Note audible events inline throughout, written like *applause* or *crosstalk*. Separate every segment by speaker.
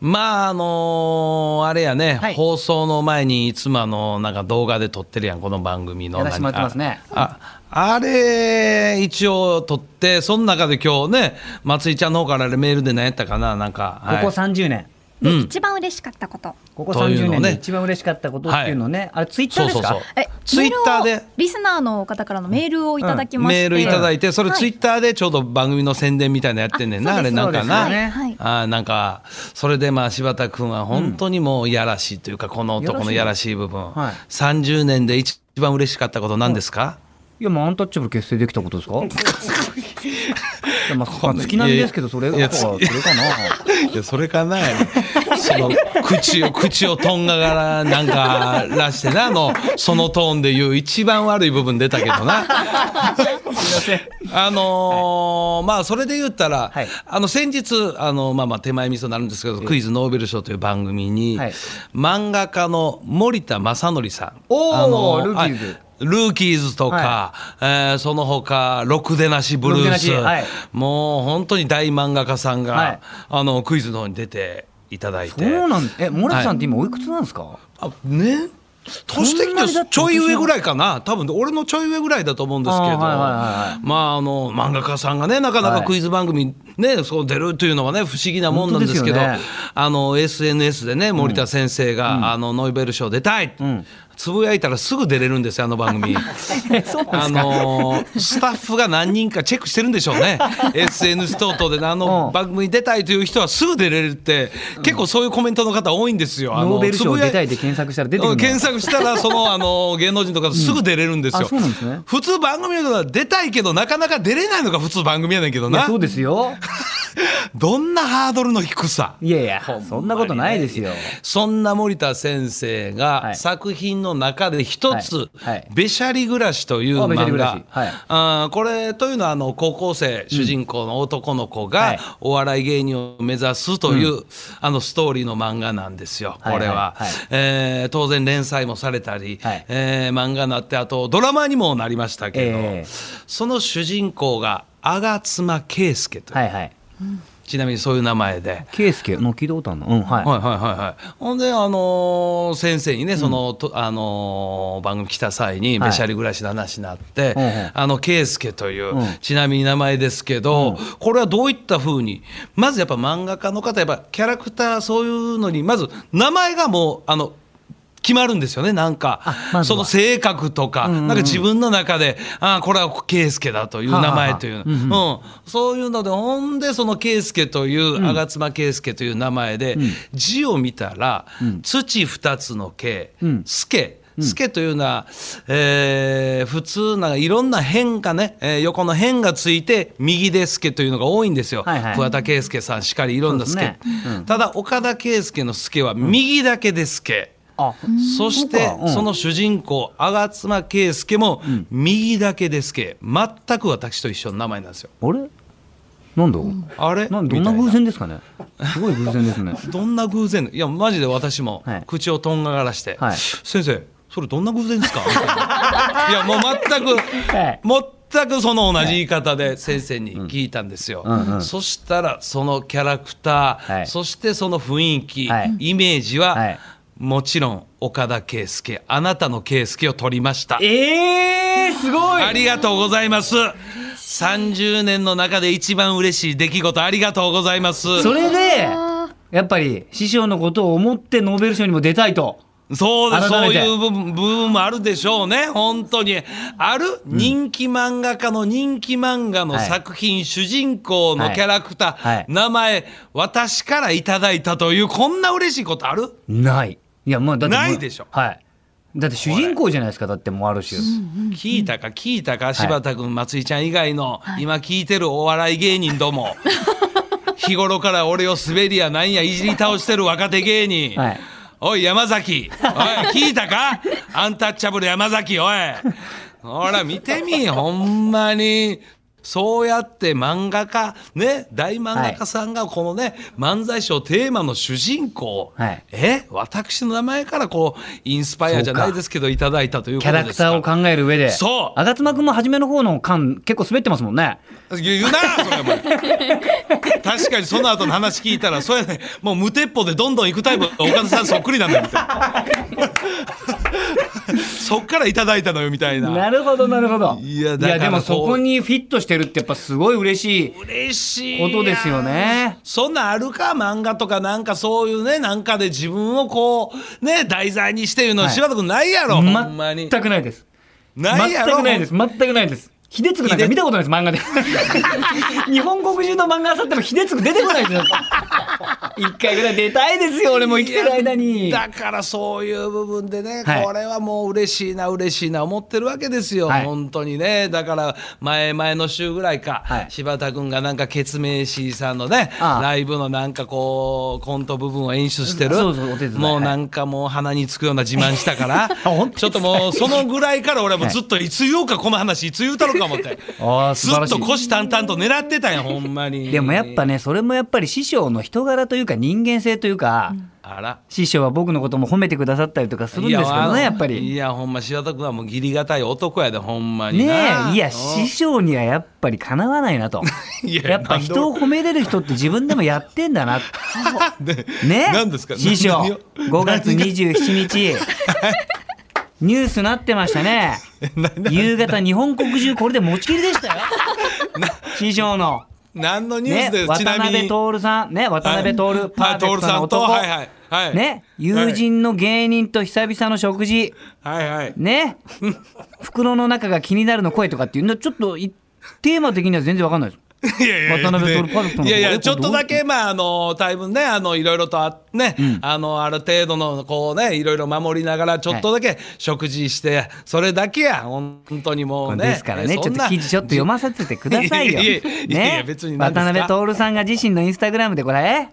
Speaker 1: まあ、あのーあれやね、
Speaker 2: はい
Speaker 1: 放送の前にいつもあの、なんか動画で撮ってるやん、この番組の。
Speaker 2: やらしてもらってますね
Speaker 1: 何かあああれ、一応撮って、その中で今日ね、松井ちゃんの方からメールで何やったかな、なんか。
Speaker 2: ここ30年、
Speaker 3: で、
Speaker 1: うん
Speaker 3: 一番嬉しかったこと。
Speaker 2: ここ
Speaker 1: という
Speaker 2: 30
Speaker 1: のをね
Speaker 2: 年で一番嬉しかったことっていうのをね、あれツイッターですか
Speaker 1: そうそうそう
Speaker 3: え
Speaker 1: ツイッターで
Speaker 3: メルをリスナーの方からのメールをいただきまして、
Speaker 1: メールいただいて、それ
Speaker 3: はい
Speaker 1: ツイッターでちょうど番組の宣伝みたいなやってんねんな、
Speaker 3: あ
Speaker 1: あ
Speaker 3: そう
Speaker 1: れ
Speaker 3: です
Speaker 1: なんかな。
Speaker 2: そうです
Speaker 3: ねはい
Speaker 1: あーなんか、それでまあ柴田君は本当にもういやらしいというか、この男のいやらしい部分、
Speaker 2: はい
Speaker 1: 30年で一番嬉しかったことなんですか、
Speaker 2: いやまあアンタッチャブル結成できたことで
Speaker 1: *laughs*
Speaker 2: すかいやまあ、まあ月並みですけどそれ
Speaker 1: い
Speaker 2: こ
Speaker 1: や
Speaker 2: それかない
Speaker 1: や、それかな。その、口を、口をとんがら、なんか、らしてな、あの、そのトーンで言う一番悪い部分出たけどな。あのーまあ、それで言ったら、
Speaker 2: はい
Speaker 1: あの、先日、あの、まあまあ、手前味噌になるんですけど、クイズノーベル賞という番組に、
Speaker 2: はい
Speaker 1: 漫画家の森田正則さん。
Speaker 2: おー
Speaker 1: あの
Speaker 2: ルーキーズ
Speaker 1: あルーキーズとか、えーその他、ろくでなしブル
Speaker 2: ろくで
Speaker 1: ー
Speaker 2: な
Speaker 1: ス、
Speaker 2: しはい
Speaker 1: もう本当に大漫画家さんが、
Speaker 2: はい
Speaker 1: あのクイズの方に出ていただいて
Speaker 2: そうなんえモラさんって今おいくつなんですか、
Speaker 1: あね年的に
Speaker 2: そんなにだ
Speaker 1: は
Speaker 2: って
Speaker 1: ちょい上ぐらいかな多分俺のちょい上ぐらいだと思うんですけど
Speaker 2: あーはいはいはいはい
Speaker 1: まああの漫画家さんがねなかなか
Speaker 2: はい
Speaker 1: クイズ番組ね、そう出るというのはね不思議なもんなんですけど
Speaker 2: 本当ですよね
Speaker 1: あの SNS でね森田先生が、あのノイベル賞出たい、
Speaker 2: ん
Speaker 1: つぶやいたらすぐ出れるんですよあの番組。
Speaker 2: え *laughs* そうなんで
Speaker 1: あ
Speaker 2: すか、
Speaker 1: のースタッフが何人かチェックしてるんでしょう
Speaker 2: *laughs*
Speaker 1: ね SNS 等々でねあ
Speaker 2: う
Speaker 1: の
Speaker 2: ん
Speaker 1: 番組に出たいという人はすぐ出れるって結構そういうコメントの方多いんですよ。あの
Speaker 2: ノーベル
Speaker 1: つ
Speaker 2: 賞
Speaker 1: ぶや
Speaker 2: 出たいで検索したら出てくるの
Speaker 1: 検索したらそのあの芸能人とかすぐ出れるんですよ、
Speaker 2: あそうなんですね
Speaker 1: 普通番組のは出たいけどなかなか出れないのが普通番組やねんけど
Speaker 2: いや
Speaker 1: な
Speaker 2: そうですよ
Speaker 1: *laughs* どんなハードルの低さ
Speaker 2: いやいやそんなことないですよ
Speaker 1: そんな森田先生
Speaker 2: は
Speaker 1: が
Speaker 2: い
Speaker 1: 作品の中で一つ
Speaker 2: はいはい
Speaker 1: 「べしゃり暮らし」という
Speaker 2: あべしゃり
Speaker 1: 漫
Speaker 2: 暮ら
Speaker 1: 画
Speaker 2: しはい
Speaker 1: あーこれというのはあの高校生主人公の男の子
Speaker 2: は
Speaker 1: が
Speaker 2: い
Speaker 1: お笑い芸人を目指すというあのストーリーの漫画なんですよ
Speaker 2: はい
Speaker 1: これは
Speaker 2: はいはい。
Speaker 1: えー当然連載もされたり
Speaker 2: はい
Speaker 1: えー漫画になってあとドラマにもなりましたけ
Speaker 2: ええ
Speaker 1: どその主人公が吾妻圭介という
Speaker 2: はいはい
Speaker 1: ちなみにそういう名前で。
Speaker 2: 圭介の聞いたことあるのうんはい、
Speaker 1: はいはいはいはい。ほんで、あのー先生にね、その、とあのー番組来た際に、
Speaker 2: はい
Speaker 1: めしゃり暮らしの話になって、
Speaker 2: うんうん
Speaker 1: あの、圭介という、
Speaker 2: うん
Speaker 1: ちなみに名前ですけど、これはどういったふうに、まずやっぱ漫画家の方、やっぱキャラクター、そういうのに、まず名前がもう、あの、決まるんですよねなんか、
Speaker 2: あまず
Speaker 1: そ
Speaker 2: は
Speaker 1: の性格とか、
Speaker 2: うんうんうん
Speaker 1: なんか自分の中で、ああ、これは圭介だという名前という、
Speaker 2: はあはあうんう
Speaker 1: う
Speaker 2: ん
Speaker 1: ん、そういうので、ほんで、その圭介という、吾妻圭介という名前で、字を見たら、土二つの圭
Speaker 2: うん、
Speaker 1: 助、助というのは、えー普通なんかいろんな変がね、えー横の変がついて、右で助というのが多いんですよ、
Speaker 2: はいはい
Speaker 1: 桑田佳祐さんしかり、いろんな助、
Speaker 2: そうですねうん
Speaker 1: ただ、岡田圭介の助は、右だけで助。
Speaker 2: あ
Speaker 1: そして
Speaker 2: そうかうん
Speaker 1: その主人公吾妻圭介も右だけですけ全く私と一緒の名前なんですよ。
Speaker 2: あれなんだ、
Speaker 1: あれ
Speaker 2: なんどんな
Speaker 1: みたい
Speaker 2: 偶然ですかねすごい偶然ですね
Speaker 1: どんな偶然いやマジで私も
Speaker 2: はい
Speaker 1: 口をとんがらして「
Speaker 2: はい
Speaker 1: 先生それどんな偶然ですか?
Speaker 2: *laughs*
Speaker 1: みたいな」いやもう全く
Speaker 2: はい
Speaker 1: 全くその同じ言い方で先生に聞いたんですよ、
Speaker 2: うんうんうん
Speaker 1: そしたらそのキャラクター、
Speaker 2: はい
Speaker 1: そしてその雰囲気、
Speaker 2: はい
Speaker 1: イメージは、
Speaker 2: はい
Speaker 1: もちろん岡田圭佑あなたの圭佑を取りました。
Speaker 2: えー、すご
Speaker 1: ありがとうございます。30年の中で一番嬉しい出来事ありがとうございます。
Speaker 2: それでやっぱり師匠のことを思ってノーベル賞にも出たいと
Speaker 1: そうですそ
Speaker 2: 改
Speaker 1: う
Speaker 2: めて
Speaker 1: いう部分部分もあるでしょうね、本当に。ある人気漫画家の人気漫画の
Speaker 2: はい
Speaker 1: 作品、主人公のキャラクター、
Speaker 2: はいはい
Speaker 1: 名前、私からいただいたという、こんな嬉しいことある
Speaker 2: ないいやまあだってもう
Speaker 1: ないでしょ
Speaker 2: はいだって主人公じゃないですかだってもうある種
Speaker 1: 聞いたか聞いたか柴田君、松井ちゃん以外の、今聞いてるお笑い芸人ど
Speaker 2: *laughs*
Speaker 1: も日頃から俺を滑りやなんやいじり倒してる若手芸人、
Speaker 2: はい
Speaker 1: おい山崎おい
Speaker 2: *laughs*
Speaker 1: 聞いたか
Speaker 2: *laughs*
Speaker 1: アンタッチャブル山崎おいほら見てみほんまにそうやって漫画家、ね、大漫画家さんがこのね、漫才師をテーマの主人公、
Speaker 2: はい
Speaker 1: え私の名前からこう、インスパイアじゃないですけど、いただいたというこ
Speaker 2: キャ
Speaker 1: と
Speaker 2: ラ
Speaker 1: で
Speaker 2: ク
Speaker 1: すか
Speaker 2: ターを考える上で。
Speaker 1: そう
Speaker 2: 吾妻くんも初めの方の感、結構滑ってますもんね。
Speaker 1: 言うなそれお前確かにその後の話聞いたらそうやねもう無鉄砲でどんどん行くタイプ岡田さんそっくりなんだよみたいな
Speaker 2: *laughs*
Speaker 1: そっからいただいたのよみたいな
Speaker 2: なるほど、なるほど。
Speaker 1: いやだから
Speaker 2: でもそ
Speaker 1: こう
Speaker 2: こにフィットしてるってやっぱすごい嬉しい。
Speaker 1: 嬉しいやん
Speaker 2: ことですよね
Speaker 1: そんなんあるか漫画とかなんかそういうねなんかで自分をこうね題材にしてるの
Speaker 2: はい
Speaker 1: 柴田君ないやろ、ほんまに
Speaker 2: 全くないです。
Speaker 1: ないや
Speaker 2: 全
Speaker 1: ろ
Speaker 2: くないです。全くないです。秀次なんか見たことないです、漫画 *laughs* で。日本国中の漫画あさっても秀次出てこないですよ。一回ぐらい出たいですよ、俺も生きてる間に。
Speaker 1: だからそういう部分でね、
Speaker 2: はい
Speaker 1: これはもう嬉しいな嬉しいな思ってるわけですよ、
Speaker 2: はい
Speaker 1: 本当にねだから前前の週ぐらいか、
Speaker 2: はい
Speaker 1: 柴田君がなんかケツメイシーさんのね
Speaker 2: ああ
Speaker 1: ライブのなんかこうコント部分を演出してる
Speaker 2: そうそうお手伝い
Speaker 1: もうなんかもう鼻につくような自慢したから
Speaker 2: *laughs* 本当ですか
Speaker 1: ちょっともうそのぐらいから俺はもうずっといつ言おうかこの話いつ言うたろうか思って
Speaker 2: ああ
Speaker 1: ずっと虎視眈々と狙ってたんやほんまに
Speaker 2: でもやっぱね、それもやっぱり師匠の人柄というか人間性というか、
Speaker 1: あら
Speaker 2: 師匠は僕のことも褒めてくださったりとかするんですけ
Speaker 1: いあ
Speaker 2: ど
Speaker 1: の
Speaker 2: ね、やっぱ
Speaker 1: い
Speaker 2: り。
Speaker 1: や、ほんま、柴田君はもう義理がたい男やで、ほんまに
Speaker 2: ね
Speaker 1: な。
Speaker 2: え、いや、
Speaker 1: うん
Speaker 2: 師匠にはやっぱりかなわ *laughs* ないなと。
Speaker 1: いや
Speaker 2: やっぱ人を褒めれる人って自分でもやってんだな。
Speaker 1: で
Speaker 2: ね
Speaker 1: 何ですか
Speaker 2: 師匠
Speaker 1: 何を、
Speaker 2: 5月27日、ニュースなってましたね。夕方、日本国中これで持ちきりでしたよ。師匠の。
Speaker 1: 何のニュー
Speaker 2: ね
Speaker 1: スです、、ち
Speaker 2: 渡
Speaker 1: なみに。
Speaker 2: 辺徹さん、ね、渡辺徹、
Speaker 1: はい
Speaker 2: パーフェクトな男、
Speaker 1: はい徹さんとはいはいはい
Speaker 2: ね、友人の芸人と久々の食事、
Speaker 1: はいはい。
Speaker 2: ね、袋の中が気になるの声とかっていうの、ちょっといテーマ的には全然わかんないです。
Speaker 1: いやいやいや
Speaker 2: *laughs* 渡辺徹パーフェクトの
Speaker 1: いやい
Speaker 2: え
Speaker 1: や
Speaker 2: これ
Speaker 1: ちょっとだけまああの大分ねあのいろいろとあね、あのある程度のこうねいろいろ守りながらちょっとだけ食事して、それだけや本当にもうね
Speaker 2: ですからね、
Speaker 1: え
Speaker 2: ち
Speaker 1: そ
Speaker 2: ょ
Speaker 1: ん
Speaker 2: っ
Speaker 1: な
Speaker 2: と記事ちょっと読ませてくださいよ。
Speaker 1: いやいやいやいや
Speaker 2: ね
Speaker 1: 別に、何で
Speaker 2: 渡
Speaker 1: すか
Speaker 2: 辺徹さんが自身のインスタグラムでこれ、
Speaker 1: はい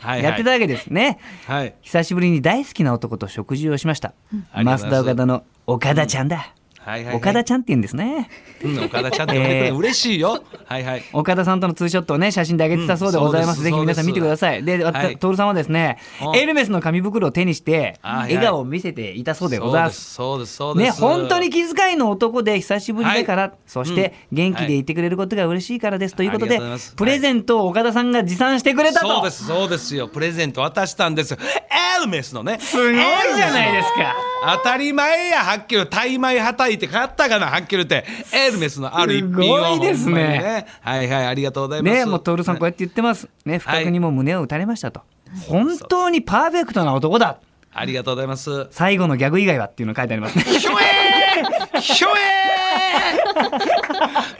Speaker 1: はい
Speaker 2: やってたわけですね。
Speaker 1: はい
Speaker 2: 久しぶりに大好きな男と食事をしました。
Speaker 1: ありが
Speaker 2: マ
Speaker 1: と
Speaker 2: ス
Speaker 1: うございます
Speaker 2: タ岡田の岡田ちゃんだ。
Speaker 1: はいはいはい
Speaker 2: 岡田ちゃんって言うんですね。
Speaker 1: うん岡田ちゃんって呼んでくれ
Speaker 2: えー
Speaker 1: る嬉しいよはいはい
Speaker 2: 岡田さんとのツーショットをね写真で上げてたそうでございます,、
Speaker 1: うんそうです
Speaker 2: ぜひ皆さん
Speaker 1: そうです
Speaker 2: 見てくださいで、わた
Speaker 1: はい
Speaker 2: 徹さんはですね
Speaker 1: うん
Speaker 2: エルメスの紙袋を手にして
Speaker 1: あはい
Speaker 2: 笑顔を見せていたそうでございます
Speaker 1: そうですそうで
Speaker 2: ね
Speaker 1: すそうです
Speaker 2: 本当に気遣いの男で久しぶりだから、
Speaker 1: はい
Speaker 2: そして元気でいてくれることが嬉しいからです、ということ
Speaker 1: あ
Speaker 2: で
Speaker 1: りがとうございます
Speaker 2: プレゼントを岡田さんが持参してくれたと
Speaker 1: そうですそうですよプレゼント渡したんですよエルメスのね
Speaker 2: すごいじゃないですか
Speaker 1: 当たり前やはっきりタイ米はたいて買ったかなはっきり言ってエルメスのある一品を
Speaker 2: すごいですね
Speaker 1: ほんまにはいはいありがとうございます
Speaker 2: ねもう徹さんこうやって言ってますね不覚にも胸を打たれましたと、本当にパーフェクトな男だ
Speaker 1: ありがとうございます
Speaker 2: 最後のギャグ以外はっていうの書いてあ
Speaker 1: *laughs*
Speaker 2: りますね
Speaker 1: ひょえーひょえ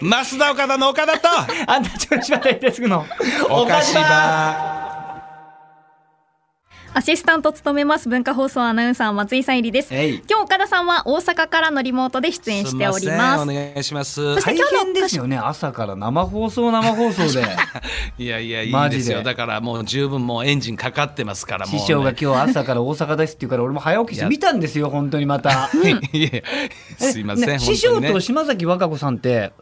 Speaker 1: ー増田岡田の岡田と
Speaker 2: あんたちょろしばたいですぐの
Speaker 1: 岡島
Speaker 3: アシスタントを務めます文化放送アナウンサー松井さん入りです。
Speaker 2: えい
Speaker 3: 今日岡田さんは大阪からのリモートで出演しております
Speaker 1: いません
Speaker 3: す。
Speaker 1: お願いします
Speaker 3: そして
Speaker 2: 大
Speaker 3: 今日の
Speaker 2: 変ですよね朝から生放送生放送
Speaker 1: *laughs*
Speaker 2: で
Speaker 1: いやいやいい
Speaker 2: マ
Speaker 1: で
Speaker 2: ジです
Speaker 1: よだからもう十分もうエンジンかかってますからもう
Speaker 2: 師
Speaker 1: ね、
Speaker 2: 匠が今日朝から大阪ですって言うから俺も早起きして見たんですよ本当にまた
Speaker 1: *laughs* いやいやすいません、
Speaker 2: ね
Speaker 1: 本当
Speaker 2: 師匠
Speaker 1: にね
Speaker 2: と島崎和歌子さんって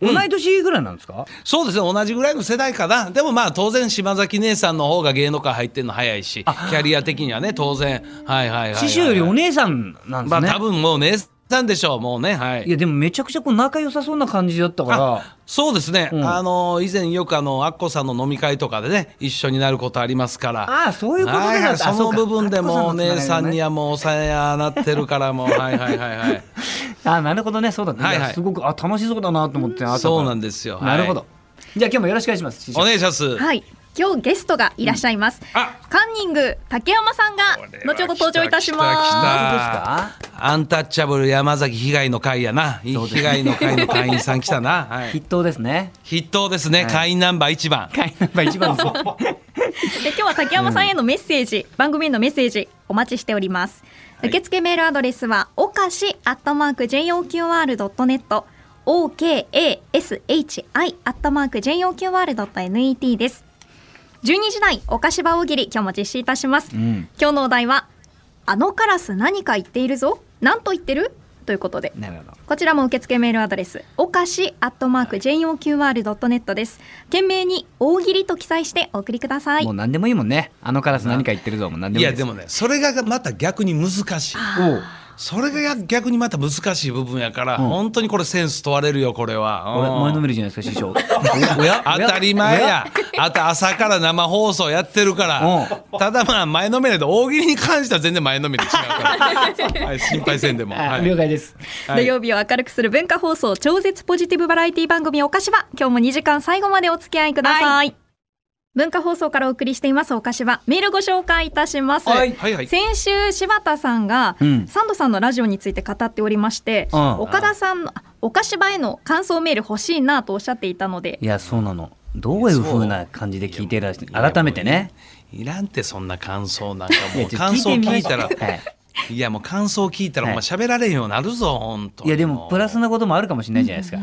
Speaker 2: 同い年ぐらいなんですか、
Speaker 1: そうですね同じぐらいの世代かなでもまあ当然島崎姉さんの方が芸能界入ってんの早いしキャリア的にはね当然はいはいはいはい、
Speaker 2: 師匠よりお姉さんなんで
Speaker 1: ますあ
Speaker 2: ね、
Speaker 1: 多分もう姉さんでしょうもうねはい
Speaker 2: いやでもめちゃくちゃこう仲良さそうな感じだったから
Speaker 1: そうですね、
Speaker 2: うん
Speaker 1: あの以前よくあのアッコさんの飲み会とかでね一緒になることありますから
Speaker 2: ああそういうこと
Speaker 1: はい
Speaker 2: だ
Speaker 1: は
Speaker 2: っ
Speaker 1: い
Speaker 2: た
Speaker 1: その部分でもうお
Speaker 2: うか
Speaker 1: 姉さんに
Speaker 2: あ
Speaker 1: はもうおさえなってるからもうはいはいはいはい
Speaker 2: あなるほどねそうだった、
Speaker 1: はいはい
Speaker 2: いやすごくあ楽しそうだなと思って朝から
Speaker 1: そうなんですよはい
Speaker 2: なるほどじゃあ今日もよろしくお願いします師匠
Speaker 1: お願いします
Speaker 3: はい。今日ゲストがいらっしゃいます。
Speaker 1: あ
Speaker 3: カンニング竹山さんが後ほど登場いたします。
Speaker 1: すアンタッチャブル山崎被害の会やな被
Speaker 2: そうです
Speaker 1: 害の会の会員さん来た
Speaker 2: *laughs*
Speaker 1: な、は
Speaker 2: 筆
Speaker 1: い、
Speaker 2: 頭ですね。
Speaker 1: 筆頭ですね、
Speaker 2: はい
Speaker 1: 会員ナンバー1番
Speaker 2: *laughs* 会員ナンバー一番です。
Speaker 3: で今日は竹山さんへのメッセージ、番組へのメッセージお待ちしております、
Speaker 1: い
Speaker 3: 受付メールアドレスはおかしアットマーク JOQR.net OKASHI アットマーク JOQR.net です12時台お菓子場大喜利今日も実施いたします、
Speaker 2: ん
Speaker 3: 今日のお題はあのカラス何か言っているぞ何と言ってるということで
Speaker 2: なるほど
Speaker 3: こちらも受付メールアドレスおかしアットマーク JOQR.net です件名に大喜利と記載してお送りください
Speaker 2: もう何でもいいもんねあのカラス何か言ってるぞもう何で
Speaker 1: い
Speaker 2: もいい
Speaker 1: やでもねそれがまた逆に難しい
Speaker 2: おう
Speaker 1: それが逆にまた難しい部分やから、
Speaker 2: ん
Speaker 1: 本当にこれセンス問われるよこれは
Speaker 2: 俺
Speaker 1: うん
Speaker 2: 前のめりじゃないです
Speaker 1: *laughs*
Speaker 2: か師匠
Speaker 1: おや当たり前やあと朝から生放送やってるから、ただまあ前のめりで大喜利に関しては全然前のめり違う
Speaker 3: *laughs*
Speaker 1: から、はい、心配せんでも、
Speaker 2: あ
Speaker 1: はい
Speaker 2: 了解です
Speaker 1: はい
Speaker 3: 土曜日を明るくする文化放送超絶ポジティブバラエティ番組おかしば今日も2時間最後までお付き合いください、文化放送からお送りしていますおかしばメールご紹介いたします、
Speaker 2: はい
Speaker 1: はいはい
Speaker 3: 先週柴田さんが、
Speaker 2: うん
Speaker 3: サンドさんのラジオについて語っておりまして、
Speaker 2: うん
Speaker 3: 岡田さんのあおかしばへの感想メール欲しいなとおっしゃっていたので
Speaker 2: いやそうなのどういう風な感じで聞いてらっしゃ改めてね
Speaker 1: いらんってそんな感想なんか
Speaker 2: *laughs* い
Speaker 1: も
Speaker 2: や
Speaker 1: う
Speaker 2: ちょ
Speaker 1: 感想
Speaker 2: 聞いてみま
Speaker 1: 聞い
Speaker 2: した
Speaker 1: ら
Speaker 2: はい
Speaker 1: いやもう感想聞いたら
Speaker 2: は
Speaker 1: お
Speaker 2: い
Speaker 1: 前喋られへんようになるぞほんと
Speaker 2: いやでもプラスなこともあるかもしれないじゃないですか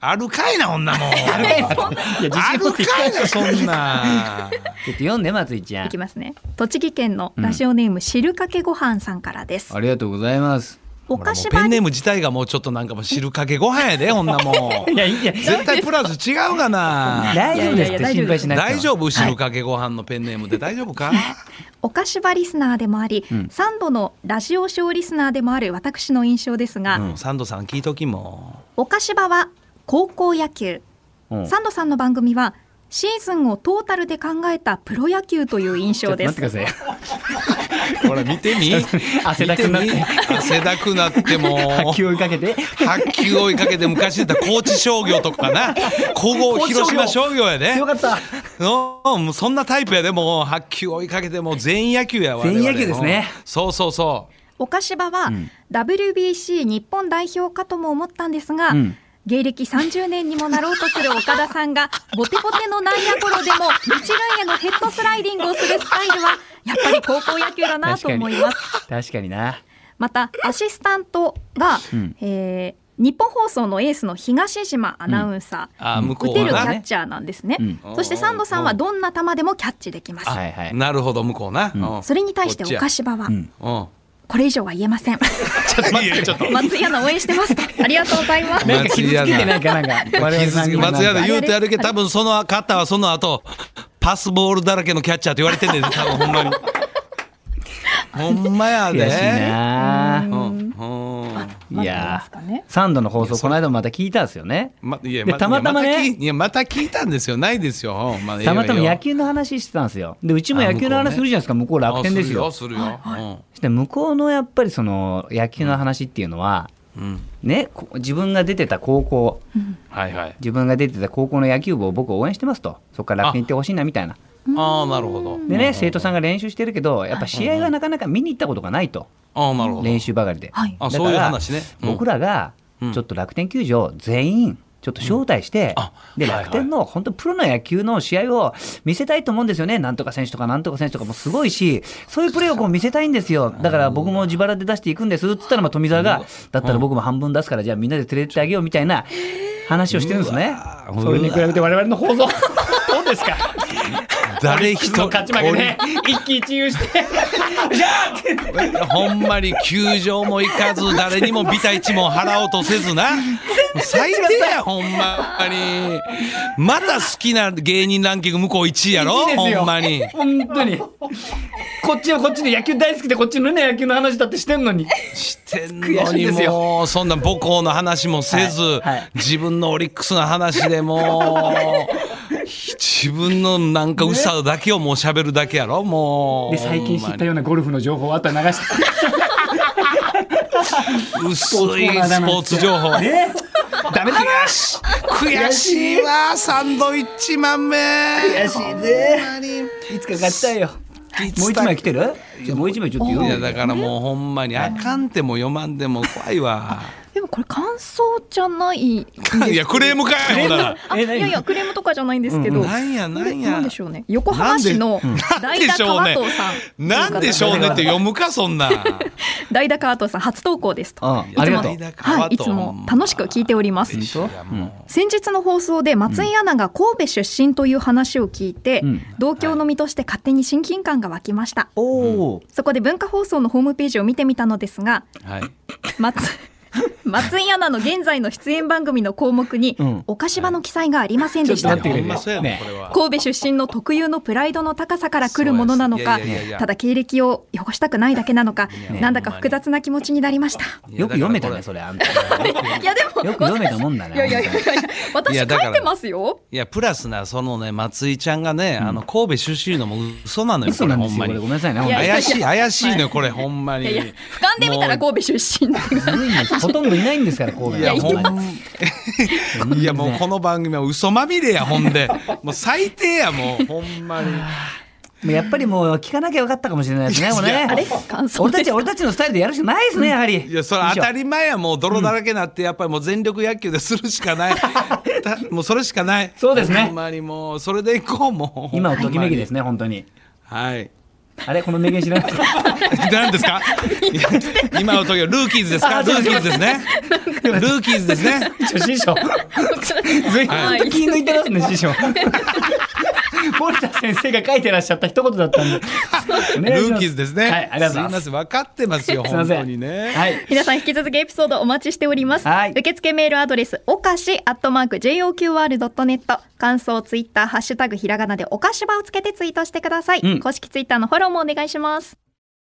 Speaker 1: あるかいな女
Speaker 2: *laughs*
Speaker 1: もん *laughs* あるかいなそんな
Speaker 2: ちょっと読んで松井ちゃ
Speaker 3: い
Speaker 2: ん
Speaker 3: きますね栃木県のラジオネーム、汁かけごはんさんからです
Speaker 2: ありがとうございます
Speaker 3: おかし
Speaker 1: ペ
Speaker 3: ば
Speaker 1: ンネ
Speaker 3: に
Speaker 1: ーム自体がもうちょっとなんかもう汁かけご飯やでほんなもん
Speaker 2: いやいいじゃん
Speaker 1: 絶対プラス違うがな
Speaker 2: 大丈夫ですって心配しなくても
Speaker 1: 大丈夫後ろかけご飯のペンネームで大丈夫か、
Speaker 3: おかしばリスナーでもあり、
Speaker 2: うん
Speaker 3: サンドのラジオショーリスナーでもある私の印象ですが、
Speaker 2: うん
Speaker 1: サンドさん聞いときも
Speaker 3: おかしばは高校野球、
Speaker 2: うん
Speaker 3: サンドさんの番組はシーズンをトータルで考えたプロ野球という印象です
Speaker 2: ちょっと待ってくださ
Speaker 1: ほら見てみ
Speaker 2: *laughs*
Speaker 1: *laughs*
Speaker 2: 汗だくになって
Speaker 1: 見み汗だくなって
Speaker 2: *laughs*
Speaker 1: も
Speaker 2: い発球追いかけて *laughs*
Speaker 1: 白球追いかけて昔出た高知商業とかな古豪広島商業やで
Speaker 2: 強かった
Speaker 1: うんもうそんなタイプやでもう白球追いかけてもう全員野球やわ
Speaker 2: 全員野球ですね
Speaker 1: 我々うんそうそうそ
Speaker 3: おかしばは、
Speaker 2: うん
Speaker 3: WBC 日本代表かとも思ったんですが、
Speaker 2: うん
Speaker 3: 芸歴30年にもなろうとする岡田さ
Speaker 2: *laughs*
Speaker 3: んがボテボテの内野ゴロでも一塁へのヘッドスライディングをするスタイルはやっぱり高校野球だなと思います
Speaker 2: 確かにな
Speaker 3: またアシスタントが、
Speaker 2: うん
Speaker 3: えー日本放送のエースの東島アナウンサ
Speaker 1: うあ
Speaker 3: ー、
Speaker 1: 向こ
Speaker 3: 打
Speaker 1: う
Speaker 3: てるキ
Speaker 1: は
Speaker 3: ャ
Speaker 1: な、
Speaker 3: ッチャーなんですね、
Speaker 2: うん
Speaker 1: うん
Speaker 3: そしてサンドさんはどんな球でもキャッチできます、
Speaker 2: はいはい
Speaker 1: なるほど向こうな、
Speaker 2: うん
Speaker 1: うん
Speaker 3: それに対しておかしばは、
Speaker 2: うん *laughs*
Speaker 1: うん
Speaker 3: これ以上は言えません
Speaker 1: ちょっと待ってちょっと
Speaker 3: 松井アナ応援してま
Speaker 1: *laughs*
Speaker 3: すとありがとうございます
Speaker 2: なんか傷つけてないかなんか我々
Speaker 1: 傷つ
Speaker 2: 三
Speaker 1: け
Speaker 2: 人のなんか
Speaker 1: 松屋で言うてやるけど
Speaker 3: あれ
Speaker 1: 多分その方はその後パスボールだらけのキャッチャーって言われてんねん多分ほん
Speaker 2: *laughs*
Speaker 1: まにほんまやで
Speaker 2: 悔しい
Speaker 1: う
Speaker 2: な
Speaker 1: んうん
Speaker 2: いやーサンドの放送この間もまた聞いたんですよね
Speaker 1: まいや
Speaker 2: で
Speaker 1: ま
Speaker 2: たまたまね
Speaker 1: いや聞いいやまた聞いたんですよないです
Speaker 2: *laughs*
Speaker 1: よ、ほんまあ、
Speaker 2: たまたま
Speaker 1: いやいや
Speaker 2: 野球の話してたんですよでうちも野球の話するじゃないですか向こう楽天ですよ
Speaker 1: あするよするよ、
Speaker 2: そして向こうのやっぱりその野球の話っていうのは
Speaker 1: うんうん
Speaker 2: ねこ自分が出てた高校
Speaker 1: はいはい
Speaker 2: 自分が出てた高校の野球部を僕応援してますとそこから楽天行ってほしいなみたいな
Speaker 1: ああなるほど
Speaker 2: でね生徒さんが練習してるけどやっぱ試合がなかなか見に行ったことがないと
Speaker 1: ああなるほど
Speaker 2: 練習ばかりで
Speaker 3: はい
Speaker 1: あ
Speaker 2: だから
Speaker 1: そういう話ね、うん
Speaker 2: 僕らが
Speaker 1: うん
Speaker 2: ちょっと楽天球場全員ちょっと招待して、
Speaker 1: うんあ
Speaker 2: で
Speaker 1: はいはい
Speaker 2: 楽天の本当プロの野球の試合を見せたいと思うんですよね、なんとか選手とかなんとか選手とかもすごいし、そういうプレーをこう見せたいんですよ、だから僕も自腹で出していくんですっつったら、まあ富澤が、だったら僕も半分出すから、じゃあみんなで連れてってあげようみたいな話をしてるんですね。それに比べて我々の *laughs* 放送どうですか
Speaker 1: 誰一
Speaker 2: *laughs*
Speaker 1: 人
Speaker 2: 一喜一憂 *laughs* して
Speaker 1: *laughs* ほんまに球場も行かず誰にもビタ一文払おうとせず
Speaker 2: *laughs*
Speaker 1: な最低やほんまにまた好きな芸人ランキング向こう1位やろ
Speaker 2: いいですよ
Speaker 1: ほんまに
Speaker 2: 本当にこっちはこっちで野球大好きでこっちのね野球の話だってしてんのに
Speaker 1: してん
Speaker 2: 悔
Speaker 1: の
Speaker 2: しい
Speaker 1: に
Speaker 2: ですよ
Speaker 1: もうそんな母校の話もせず、
Speaker 2: はいはい
Speaker 1: 自分のオリックスの話でもう自分のなんかうさだけをもう喋るだけやろもう
Speaker 2: *laughs* で最近知ったようなゴルフの情報をあとは流して
Speaker 1: ほんまに薄いスポーツ情報
Speaker 2: ね *laughs* ダメだな
Speaker 1: 悔し悔しいわサンドイッチマンめ
Speaker 2: 悔しいねいつか勝ちたいよもう一枚来てるちょもう一枚ちょっと
Speaker 1: いや
Speaker 2: 読ん
Speaker 1: だ
Speaker 2: で
Speaker 1: からもうほんまにあかんても読まんでも怖いわ
Speaker 3: でもこれ感想じゃない
Speaker 1: いやクレームかいほら
Speaker 3: あいやいやクレームとかじゃないんですけど、
Speaker 1: なんやなんや
Speaker 3: なんでしょうね横浜市の
Speaker 1: なん
Speaker 3: 代
Speaker 1: で
Speaker 3: 田
Speaker 1: しょう
Speaker 3: 川
Speaker 1: ね
Speaker 3: 藤さん
Speaker 1: なんでしょうねって読むかそん
Speaker 2: *laughs*
Speaker 1: な
Speaker 3: 代田川藤さん初投稿ですと、
Speaker 2: うんありがとう
Speaker 3: いつもはいいつも楽しく聞いております
Speaker 2: 嬉しい
Speaker 1: いやも
Speaker 3: 先日の放送で松井アナが神戸出身という話を聞いて、
Speaker 2: うん
Speaker 3: 同郷の身として勝手に親近感が湧きました、
Speaker 2: おお *laughs*
Speaker 3: そこで文化放送のホームページを見てみたのですが
Speaker 1: うはい
Speaker 3: 松松井アナの現在の出演番組の項目に、
Speaker 2: うん
Speaker 3: お菓子場の記載がありませんでし
Speaker 2: ちょ
Speaker 3: た
Speaker 2: っと待って
Speaker 1: ほん
Speaker 2: くれ
Speaker 1: まそうやもんこれは。
Speaker 3: 神戸出身の特有のプライドの高さから来るものなのか
Speaker 1: そうですいやいやいや
Speaker 3: ただ経歴を汚したくないだけなのか、
Speaker 1: ね
Speaker 3: なんだか複雑な気持ちになりました。
Speaker 2: よく読めたね、そ
Speaker 1: れ。
Speaker 2: れ、あんた。
Speaker 3: いやでも
Speaker 2: よく読めたもんだ
Speaker 3: いやいやい
Speaker 2: ね。
Speaker 3: やいや私
Speaker 1: い
Speaker 3: 書
Speaker 1: や
Speaker 3: い
Speaker 1: だから
Speaker 3: てますよ。
Speaker 1: いや、プラスな、そのね、松井ちゃんがね、あの、神戸出身のも嘘なのよ、
Speaker 2: 嘘なんですよ、
Speaker 1: こ
Speaker 2: こ
Speaker 1: れ
Speaker 2: れ。
Speaker 1: ほ
Speaker 2: ご
Speaker 1: んまに。
Speaker 2: めんなさいね、ほんまに。
Speaker 1: 怪しい、怪しいのよ、これ、ほんま
Speaker 3: い
Speaker 1: に。
Speaker 3: やいや俯瞰で見たら
Speaker 1: もう
Speaker 3: 神戸出身って
Speaker 2: ずるいね *laughs* ほとんどいないんですから、神戸。
Speaker 1: いや、ほ
Speaker 2: ほんまに
Speaker 1: んいや、もうこの番組は嘘まみれや、ほんで。もう最低や、もう、ほんまに。
Speaker 2: もうやっぱりもう聞かなきゃよかったかもしれないですね、もう
Speaker 1: い
Speaker 2: ね
Speaker 1: や。あ
Speaker 3: れ感想
Speaker 2: 俺た
Speaker 3: でし *laughs*
Speaker 2: ち、
Speaker 3: た
Speaker 2: 俺たちのスタイルでやるしかないですね、やはり。
Speaker 1: いや、それ当たり前や、もう泥だらけになって、やっぱりもう全力野球でするしかない。たもうそれしかない。
Speaker 2: そうですね
Speaker 1: ほんまにもう、それでいこう、もう。。
Speaker 2: 今をときめきですすね、本当に。
Speaker 1: はい。
Speaker 2: あれ、この名言知らない。
Speaker 1: 何ですか今の時はルーキーズですか
Speaker 2: あ
Speaker 1: ルーキーズですねルーキーズですね
Speaker 2: ちょ師匠。ずいぶんと気抜いてますね、師 *laughs* 匠。森田先生が書いてらっしゃった一言だった *laughs* んで。お
Speaker 1: ル
Speaker 2: 願いします
Speaker 1: ーキーズですね
Speaker 2: はい、ありがとうございます。
Speaker 1: すいません分かってますよ
Speaker 2: *laughs* すいま
Speaker 1: 本
Speaker 2: せん。
Speaker 1: 当にね
Speaker 2: はい。
Speaker 3: 皆さん引き続きエピソードお待ちしております、
Speaker 2: はい
Speaker 3: 受付メールアドレスおかしアットマーク JOQR.net 感想ツイッターハッシュタグひらがなでおかしばをつけてツイートしてください、
Speaker 2: うん
Speaker 3: 公式ツイッターのフォローもお願いします